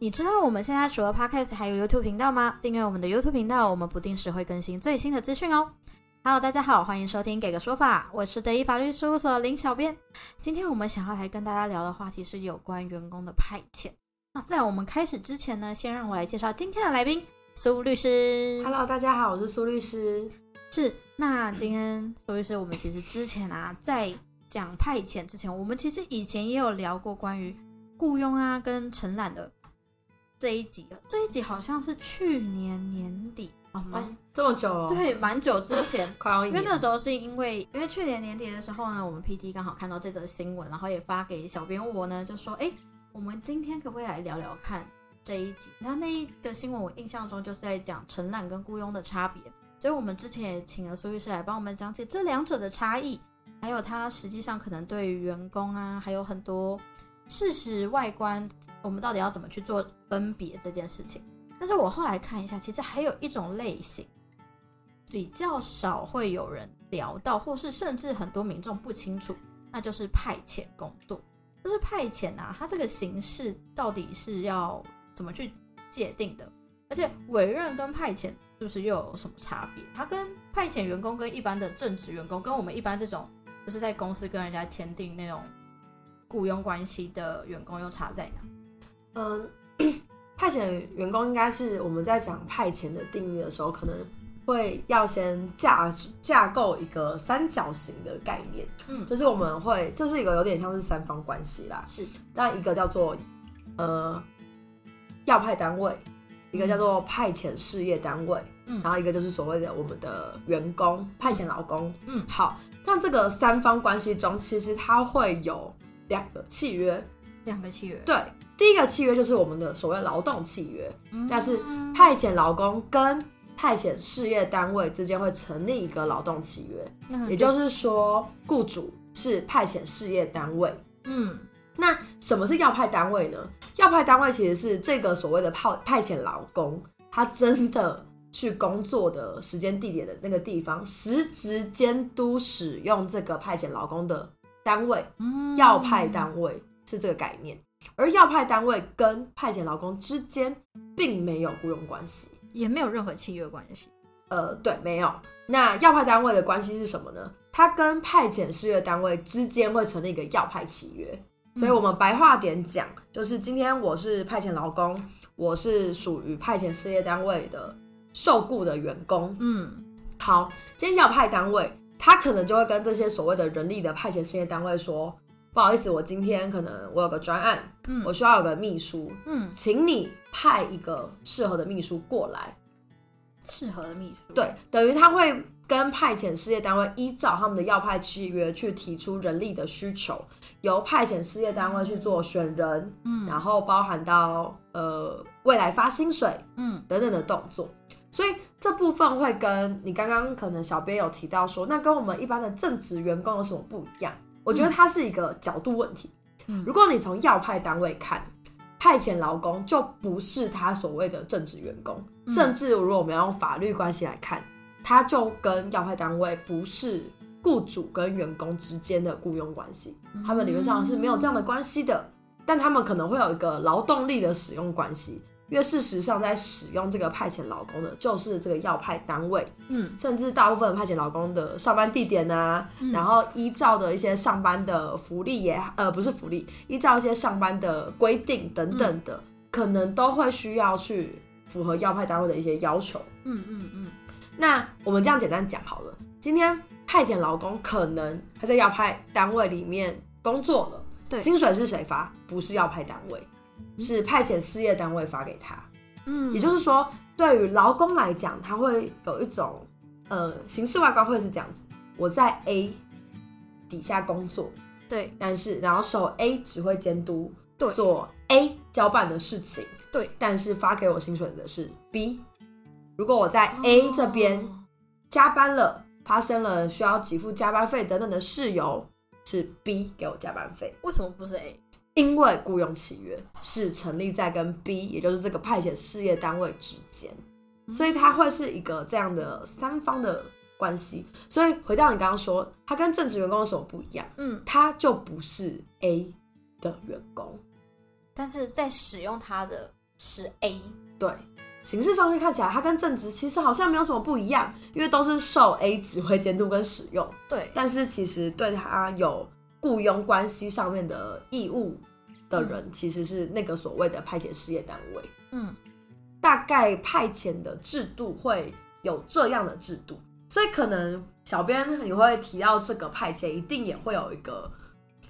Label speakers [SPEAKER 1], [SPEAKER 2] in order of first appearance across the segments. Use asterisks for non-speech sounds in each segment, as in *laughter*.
[SPEAKER 1] 你知道我们现在除了 Podcast 还有 YouTube 频道吗？订阅我们的 YouTube 频道，我们不定时会更新最新的资讯哦。Hello，大家好，欢迎收听《给个说法》，我是德意法律事务所的林小编。今天我们想要来跟大家聊的话题是有关员工的派遣。那在我们开始之前呢，先让我来介绍今天的来宾苏律师。
[SPEAKER 2] Hello，大家好，我是苏律师。
[SPEAKER 1] 是，那今天苏律师，我们其实之前啊，在讲派遣之前，我们其实以前也有聊过关于雇佣啊跟承揽的这一集了。这一集好像是去年年底哦，蛮、
[SPEAKER 2] 哦，这么久了、哦，
[SPEAKER 1] 对，蛮久之前。
[SPEAKER 2] 快要一
[SPEAKER 1] 因为
[SPEAKER 2] 年。
[SPEAKER 1] 那时候是因为，因为去年年底的时候呢，我们 PT 刚好看到这则新闻，然后也发给小编我呢，就说，哎、我们今天可不可以来聊聊看这一集？那那一个新闻我印象中就是在讲承揽跟雇佣的差别，所以我们之前也请了苏律师来帮我们讲解这两者的差异，还有他实际上可能对于员工啊，还有很多事实外观，我们到底要怎么去做分别这件事情。但是我后来看一下，其实还有一种类型。比较少会有人聊到，或是甚至很多民众不清楚，那就是派遣工作。就是派遣啊，它这个形式到底是要怎么去界定的？而且委任跟派遣就是又有什么差别？它跟派遣员工跟一般的正职员工，跟我们一般这种就是在公司跟人家签订那种雇佣关系的员工又差在哪？
[SPEAKER 2] 嗯， *clears throat* 派遣员工应该是我们在讲派遣的定义的时候，可能会要先架架构一个三角形的概念，
[SPEAKER 1] 嗯，
[SPEAKER 2] 就是我们会这是一个有点像是三方关系啦。
[SPEAKER 1] 是
[SPEAKER 2] 但一个叫做呃要派单位，一个叫做派遣事业单位，
[SPEAKER 1] 嗯
[SPEAKER 2] 然后一个就是所谓的我们的员工派遣劳工，
[SPEAKER 1] 嗯
[SPEAKER 2] 好，那这个三方关系中，其实它会有两个契约，
[SPEAKER 1] 两个契约，
[SPEAKER 2] 对，第一个契约就是我们的所谓劳动契约，
[SPEAKER 1] 嗯
[SPEAKER 2] 但是派遣劳工跟派遣事业单位之间会成立一个劳动契约，
[SPEAKER 1] 那
[SPEAKER 2] 也就是说，雇主是派遣事业单位，
[SPEAKER 1] 嗯
[SPEAKER 2] 那什么是要派单位呢？要派单位其实是这个所谓的派派遣劳工，他真的去工作的时间、地点的那个地方，实质监督使用这个派遣劳工的单位，
[SPEAKER 1] 嗯
[SPEAKER 2] 要派单位是这个概念。而要派单位跟派遣劳工之间并没有雇佣关系，
[SPEAKER 1] 也没有任何契约关系，
[SPEAKER 2] 呃，对，没有。那要派单位的关系是什么呢？它跟派遣事业单位之间会成立一个要派契约，所以
[SPEAKER 1] 嗯
[SPEAKER 2] 我们白话点讲，就是今天我是派遣劳工，我是属于派遣事业单位的受雇的员工。
[SPEAKER 1] 嗯。
[SPEAKER 2] 好，今天要派单位，他可能就会跟这些所谓的人力的派遣事业单位说，不好意思，我今天可能我有个专案，
[SPEAKER 1] 嗯
[SPEAKER 2] 我需要有个秘书，
[SPEAKER 1] 嗯，
[SPEAKER 2] 请你派一个适合的秘书过来。
[SPEAKER 1] 适合的秘书。
[SPEAKER 2] 对，，等于他会跟派遣事业单位依照他们的要派契约去提出人力的需求，由派遣事业单位去做选人，
[SPEAKER 1] 嗯
[SPEAKER 2] 然后包含到呃未来发薪水
[SPEAKER 1] 嗯
[SPEAKER 2] 等等的动作。所以这部分会跟你刚刚可能小编有提到说，那跟我们一般的正职员工有什么不一样？我觉得它是一个角度问题。
[SPEAKER 1] 嗯
[SPEAKER 2] 如果你从要派单位看，派遣劳工就不是他所谓的正职员工，
[SPEAKER 1] 嗯
[SPEAKER 2] 甚至如果我们要用法律关系来看，他就跟要派单位不是雇主跟员工之间的雇佣关系，他们理论上是没有这样的关系的，但他们可能会有一个劳动力的使用关系。因为事实上，在使用这个派遣劳工的，就是这个要派单位，
[SPEAKER 1] 嗯
[SPEAKER 2] 甚至大部分派遣劳工的上班地点啊，
[SPEAKER 1] 嗯
[SPEAKER 2] 然后依照的一些上班的福利也呃不是福利，依照一些上班的规定等等的，可能都会需要去符合要派单位的一些要求。
[SPEAKER 1] 嗯嗯嗯
[SPEAKER 2] 那我们这样简单讲好了，今天派遣劳工可能他在要派单位里面工作了，
[SPEAKER 1] 对
[SPEAKER 2] 薪水是谁发？不是要派单位，
[SPEAKER 1] 嗯
[SPEAKER 2] 是派遣事业单位发给他。
[SPEAKER 1] 嗯
[SPEAKER 2] 也就是说，对于劳工来讲，他会有一种呃形式外观会是这样子：我在 A 底下工作，
[SPEAKER 1] 对
[SPEAKER 2] 但是然后手 A 只会监督
[SPEAKER 1] 对
[SPEAKER 2] 做 A 交办的事情，
[SPEAKER 1] 对，
[SPEAKER 2] 但是发给我薪水的是 B。如果我
[SPEAKER 1] 哦
[SPEAKER 2] 在 A 这边加班了，发生了需要给付加班费等等的事由，是 B 给我加班费。
[SPEAKER 1] 为什么不是 A？
[SPEAKER 2] 因为雇佣契约是成立在跟 B，也就是这个派遣事业单位之间，嗯所以它会是一个这样的三方的关系。所以回到你刚刚说，它跟正职员工有什么不一样？
[SPEAKER 1] 嗯，
[SPEAKER 2] 它就不是 A 的员工，
[SPEAKER 1] 但是在使用它的是 A，
[SPEAKER 2] 对。形式上面看起来，它跟正职其实好像没有什么不一样，因为都是受 A 指挥、监督跟使用。
[SPEAKER 1] 对，
[SPEAKER 2] 但是其实对他有雇佣关系上面的义务的人，其实是那个所谓的派遣事业单位。
[SPEAKER 1] 嗯
[SPEAKER 2] 大概派遣的制度会有这样的制度，所以可能小编也会提到这个派遣，一定也会有一个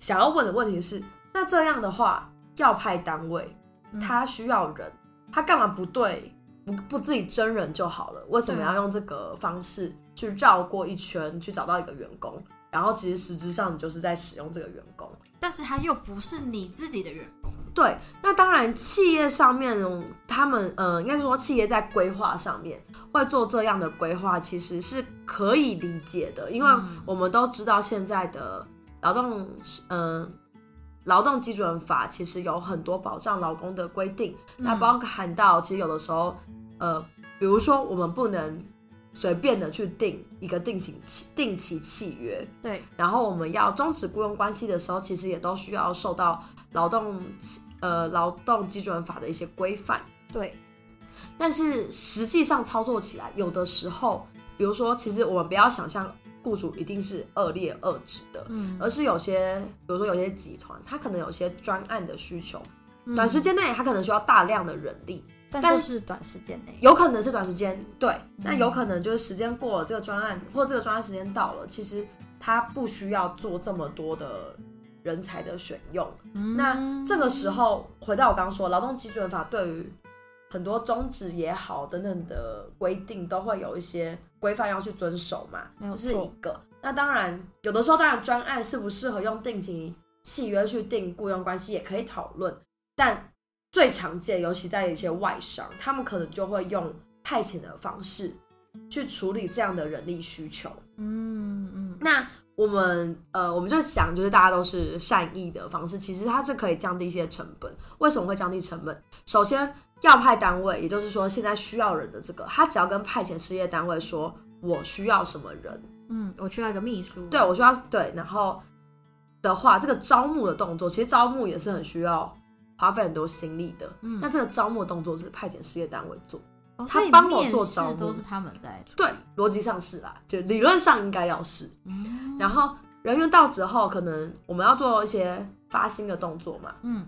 [SPEAKER 2] 想要问的问题是：那这样的话，要派单位
[SPEAKER 1] 嗯
[SPEAKER 2] 他需要人，他干嘛不对不不自己真人就好了？为什么
[SPEAKER 1] 对
[SPEAKER 2] 要用这个方式去绕过一圈去找到一个员工？然后其实实质上你就是在使用这个员工。
[SPEAKER 1] 但是它又不是你自己的员工，
[SPEAKER 2] 对，那当然，企业上面嗯他们呃，应该说企业在规划上面会做这样的规划，其实是可以理解的，因为
[SPEAKER 1] 嗯
[SPEAKER 2] 我们都知道现在的劳动嗯、劳动基准法其实有很多保障劳工的规定，那包含到其实有的时候呃，比如说我们不能随便的去定一个定型契定期契约，
[SPEAKER 1] 对，
[SPEAKER 2] 然后我们要终止雇佣关系的时候，其实也都需要受到劳动呃劳动基准法的一些规范。
[SPEAKER 1] 对，
[SPEAKER 2] 但是实际上操作起来，有的时候，比如说，其实我们不要想象雇主一定是恶劣恶质的，
[SPEAKER 1] 嗯，
[SPEAKER 2] 而是有些，比如说有些集团，它可能有些专案的需求，短时间内它可能需要大量的人力，
[SPEAKER 1] 嗯但
[SPEAKER 2] 但
[SPEAKER 1] 就是短时间内，
[SPEAKER 2] 有可能是短时间，对，
[SPEAKER 1] 嗯
[SPEAKER 2] 那有可能就是时间过了，这个专案或这个专案时间到了，其实它不需要做这么多的人才的选用。
[SPEAKER 1] 嗯
[SPEAKER 2] 那这个时候，回到我刚刚说，劳动基准法对于很多宗旨也好等等的规定，都会有一些规范要去遵守嘛，
[SPEAKER 1] 没有
[SPEAKER 2] 这是
[SPEAKER 1] 错
[SPEAKER 2] 一个。那当然，有的时候当然专案适不适合用定期契约去定雇佣关系也可以讨论，但最常见，尤其在一些外商，他们可能就会用派遣的方式去处理这样的人力需求。
[SPEAKER 1] 嗯嗯
[SPEAKER 2] 那我们呃，我们就想，就是大家都是善意的方式，其实它是可以降低一些成本。为什么会降低成本？首先，要派单位，也就是说现在需要人的这个，他只要跟派遣事业单位说我需要什么人，
[SPEAKER 1] 嗯，我需要一个秘书，
[SPEAKER 2] 对我需要对，然后的话，这个招募的动作，其实招募也是很需要花费很多心力的。
[SPEAKER 1] 嗯
[SPEAKER 2] 那这个招募动作是派遣事业单位做，
[SPEAKER 1] 哦，
[SPEAKER 2] 他
[SPEAKER 1] 所以
[SPEAKER 2] 帮我
[SPEAKER 1] 面
[SPEAKER 2] 做
[SPEAKER 1] 试
[SPEAKER 2] 招募
[SPEAKER 1] 都是他们在做，
[SPEAKER 2] 对，逻辑上是啦，就理论上应该要是。
[SPEAKER 1] 嗯
[SPEAKER 2] 然后人员到职后，可能我们要做一些发薪的动作嘛，
[SPEAKER 1] 嗯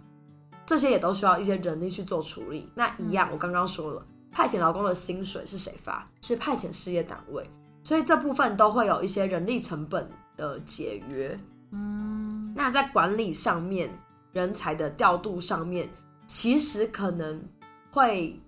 [SPEAKER 2] 这些也都需要一些人力去做处理。那一样，我刚刚说了，派遣劳工的薪水是谁发？是派遣事业单位，所以这部分都会有一些人力成本的节约。
[SPEAKER 1] 嗯，
[SPEAKER 2] 那在管理上面、人才的调度上面，其实可能会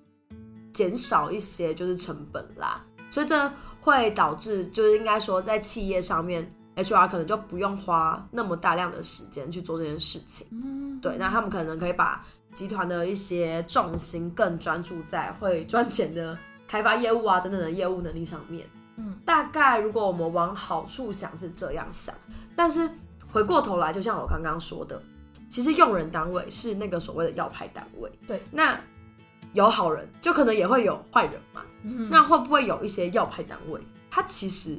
[SPEAKER 2] 减少一些就是成本啦，所以这会导致就是应该说在企业上面，HR 可能就不用花那么大量的时间去做这件事情。
[SPEAKER 1] 嗯
[SPEAKER 2] 对，那他们可能可以把集团的一些重心更专注在会赚钱的开发业务啊等等的业务能力上面。
[SPEAKER 1] 嗯，
[SPEAKER 2] 大概如果我们往好处想是这样想，但是回过头来，就像我刚刚说的，其实用人单位是那个所谓的要派单位。
[SPEAKER 1] 对，
[SPEAKER 2] 那有好人，就可能也会有坏人嘛。
[SPEAKER 1] 嗯
[SPEAKER 2] 那会不会有一些要派单位，他其实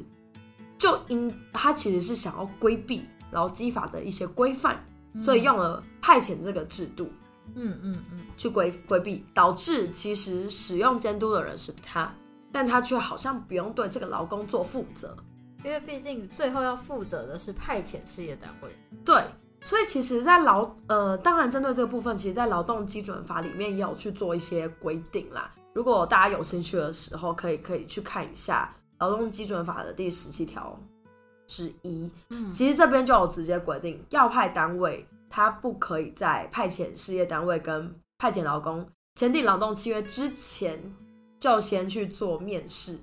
[SPEAKER 2] 就应他其实是想要规避劳基法的一些规范，所以用了派遣这个制度
[SPEAKER 1] 嗯嗯嗯
[SPEAKER 2] 去规规避，导致其实使用监督的人是他，但他却好像不用对这个劳工做负责。
[SPEAKER 1] 嗯，因为毕竟最后要负责的是派遣事业单位，
[SPEAKER 2] 对，所以其实，在劳呃，当然针对这个部分，其实，在劳动基准法里面也有去做一些规定啦。如果大家有兴趣的时候，可以可以去看一下劳动基准法的第十七条之一。
[SPEAKER 1] 嗯
[SPEAKER 2] 其实这边就有直接规定，要派单位他不可以在派遣事业单位跟派遣劳工签订劳动契约之前，就先去做面试，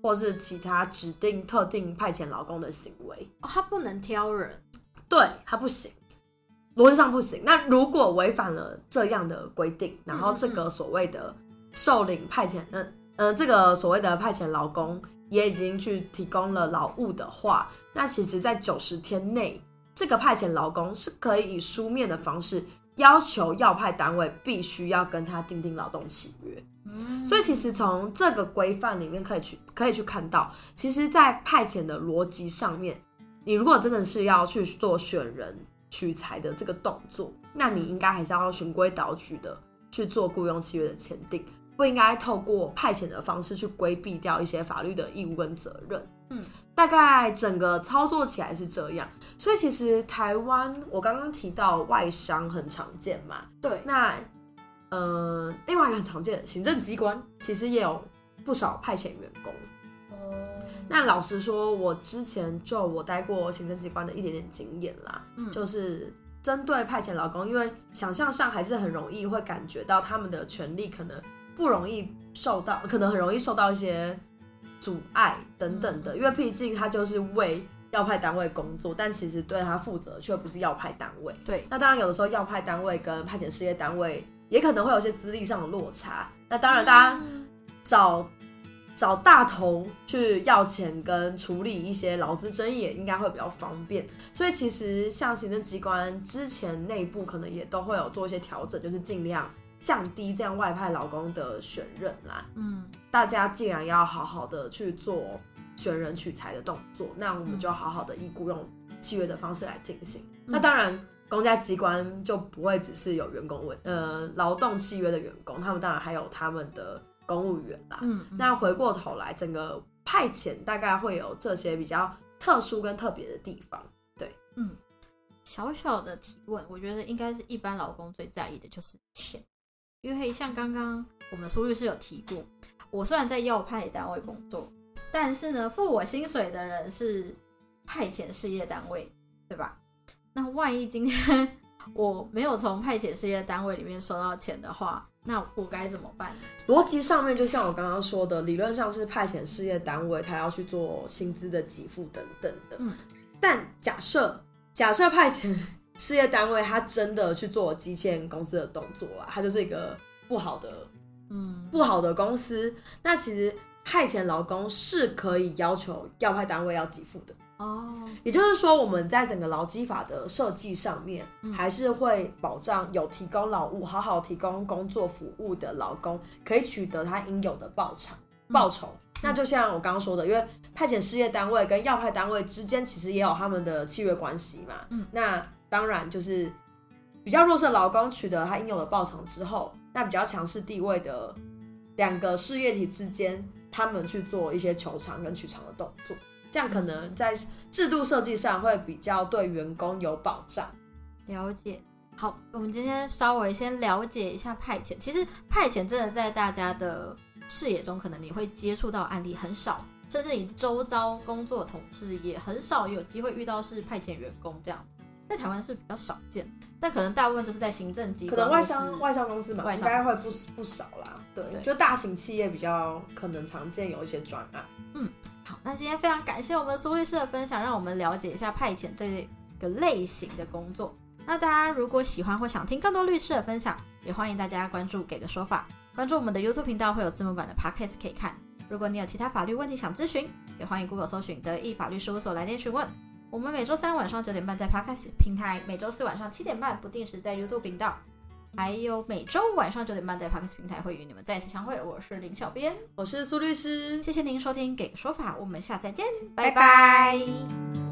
[SPEAKER 2] 或是其他指定特定派遣劳工的行为。
[SPEAKER 1] 哦，他不能挑人，
[SPEAKER 2] 对他不行，逻辑上不行。那如果违反了这样的规定，然后这个所谓的受领派遣，嗯、呃、这个所谓的派遣劳工也已经去提供了劳务的话，那其实在九十天内，这个派遣劳工是可以以书面的方式要求要派单位必须要跟他订定劳动契约。
[SPEAKER 1] 嗯，
[SPEAKER 2] 所以其实从这个规范里面可以去可以去看到，其实，在派遣的逻辑上面，你如果真的是要去做选人取材的这个动作，那你应该还是要循规蹈矩的去做雇佣契约的签订，不应该透过派遣的方式去规避掉一些法律的义务跟责任。
[SPEAKER 1] 嗯，
[SPEAKER 2] 大概整个操作起来是这样，所以其实台湾我刚刚提到外商很常见嘛，
[SPEAKER 1] 对，
[SPEAKER 2] 那呃，另外一个很常见的行政机关，其实也有不少派遣员工。
[SPEAKER 1] 哦，
[SPEAKER 2] 那老实说，我之前就我待过行政机关的一点点经验啦，
[SPEAKER 1] 嗯
[SPEAKER 2] 就是针对派遣劳工，因为想象上还是很容易会感觉到他们的权利可能不容易受到，可能很容易受到一些阻碍等等
[SPEAKER 1] 嗯
[SPEAKER 2] 的，因为毕竟他就是为要派单位工作，但其实对他负责却不是要派单位。
[SPEAKER 1] 对，
[SPEAKER 2] 那当然，有的时候要派单位跟派遣事业单位也可能会有一些资历上的落差。那当然，大家找找大头去要钱跟处理一些劳资争议，也应该会比较方便。所以其实像行政机关之前内部可能也都会有做一些调整，就是尽量降低这样外派劳工的选任啦。
[SPEAKER 1] 嗯，
[SPEAKER 2] 大家既然要好好的去做选人取材的动作，那我们就好好的以雇佣契约的方式来进行。
[SPEAKER 1] 嗯
[SPEAKER 2] 那当然，公家机关就不会只是有员工问，呃，劳动契约的员工，他们当然还有他们的公务员啦。
[SPEAKER 1] 嗯，嗯
[SPEAKER 2] 那回过头来，整个派遣大概会有这些比较特殊跟特别的地方。
[SPEAKER 1] 小小的提问，我觉得应该是一般老公最在意的就是钱，因为像刚刚我们苏律师有提过，我虽然在要派单位工作，但是呢，付我薪水的人是派遣事业单位，对吧？那万一今天 *laughs* 我没有从派遣事业单位里面收到钱的话，那我该怎么办？
[SPEAKER 2] 逻辑上面，就像我刚刚说的，理论上是派遣事业单位，他要去做薪资的给付等等的。
[SPEAKER 1] 嗯，
[SPEAKER 2] 但假设假设派遣 *laughs* 事业单位他真的去做基欠公司的动作啦，他就是一个不好的
[SPEAKER 1] 嗯，
[SPEAKER 2] 不好的公司，那其实派遣劳工是可以要求要派单位要给付的。
[SPEAKER 1] 哦，
[SPEAKER 2] 也就是说，我们在整个劳基法的设计上面，
[SPEAKER 1] 嗯
[SPEAKER 2] 还是会保障有提供劳务、好好提供工作服务的劳工可以取得他应有的报偿、
[SPEAKER 1] 嗯
[SPEAKER 2] 报酬。那就像我刚刚说的，因为派遣事业单位跟要派单位之间其实也有他们的契约关系嘛。
[SPEAKER 1] 嗯
[SPEAKER 2] 那当然就是比较弱势的劳工取得他应有的报偿之后，那比较强势地位的两个事业体之间，他们去做一些求偿跟取偿的动作，这样可
[SPEAKER 1] 嗯
[SPEAKER 2] 能在制度设计上会比较对员工有保障。
[SPEAKER 1] 了解。好，我们今天稍微先了解一下派遣。其实派遣真的在大家的视野中，可能你会接触到案例很少，甚至你周遭工作同事也很少有机会遇到是派遣员工这样，在台湾是比较少见，但可能大部分都是在行政机
[SPEAKER 2] 可
[SPEAKER 1] 关，
[SPEAKER 2] 能外
[SPEAKER 1] 或
[SPEAKER 2] 商
[SPEAKER 1] 是
[SPEAKER 2] 外商公司嘛，
[SPEAKER 1] 外
[SPEAKER 2] 应
[SPEAKER 1] 商
[SPEAKER 2] 该会不不少啦。对，
[SPEAKER 1] 对
[SPEAKER 2] 就大型企业比较可能常见有一些专案。
[SPEAKER 1] 好，那今天非常感谢我们苏律师的分享，让我们了解一下派遣这个类型的工作。那大家如果喜欢或想听更多律师的分享，也欢迎大家关注“给个说法”，关注我们的 YouTube 频道，会有字幕版的 Podcast 可以看。如果你有其他法律问题想咨询，也欢迎 Google 搜寻“德意法律事务所”来电询问。我们每周三晚上九点半在 Podcast 平台，每周四晚上七点半不定时在 YouTube 频道，还有每周晚上九点半在 Podcast 平台会与你们再次相会。我是林小编。
[SPEAKER 2] 我是苏律师，
[SPEAKER 1] 谢谢您收听《给个说法》，我们下次再见，拜拜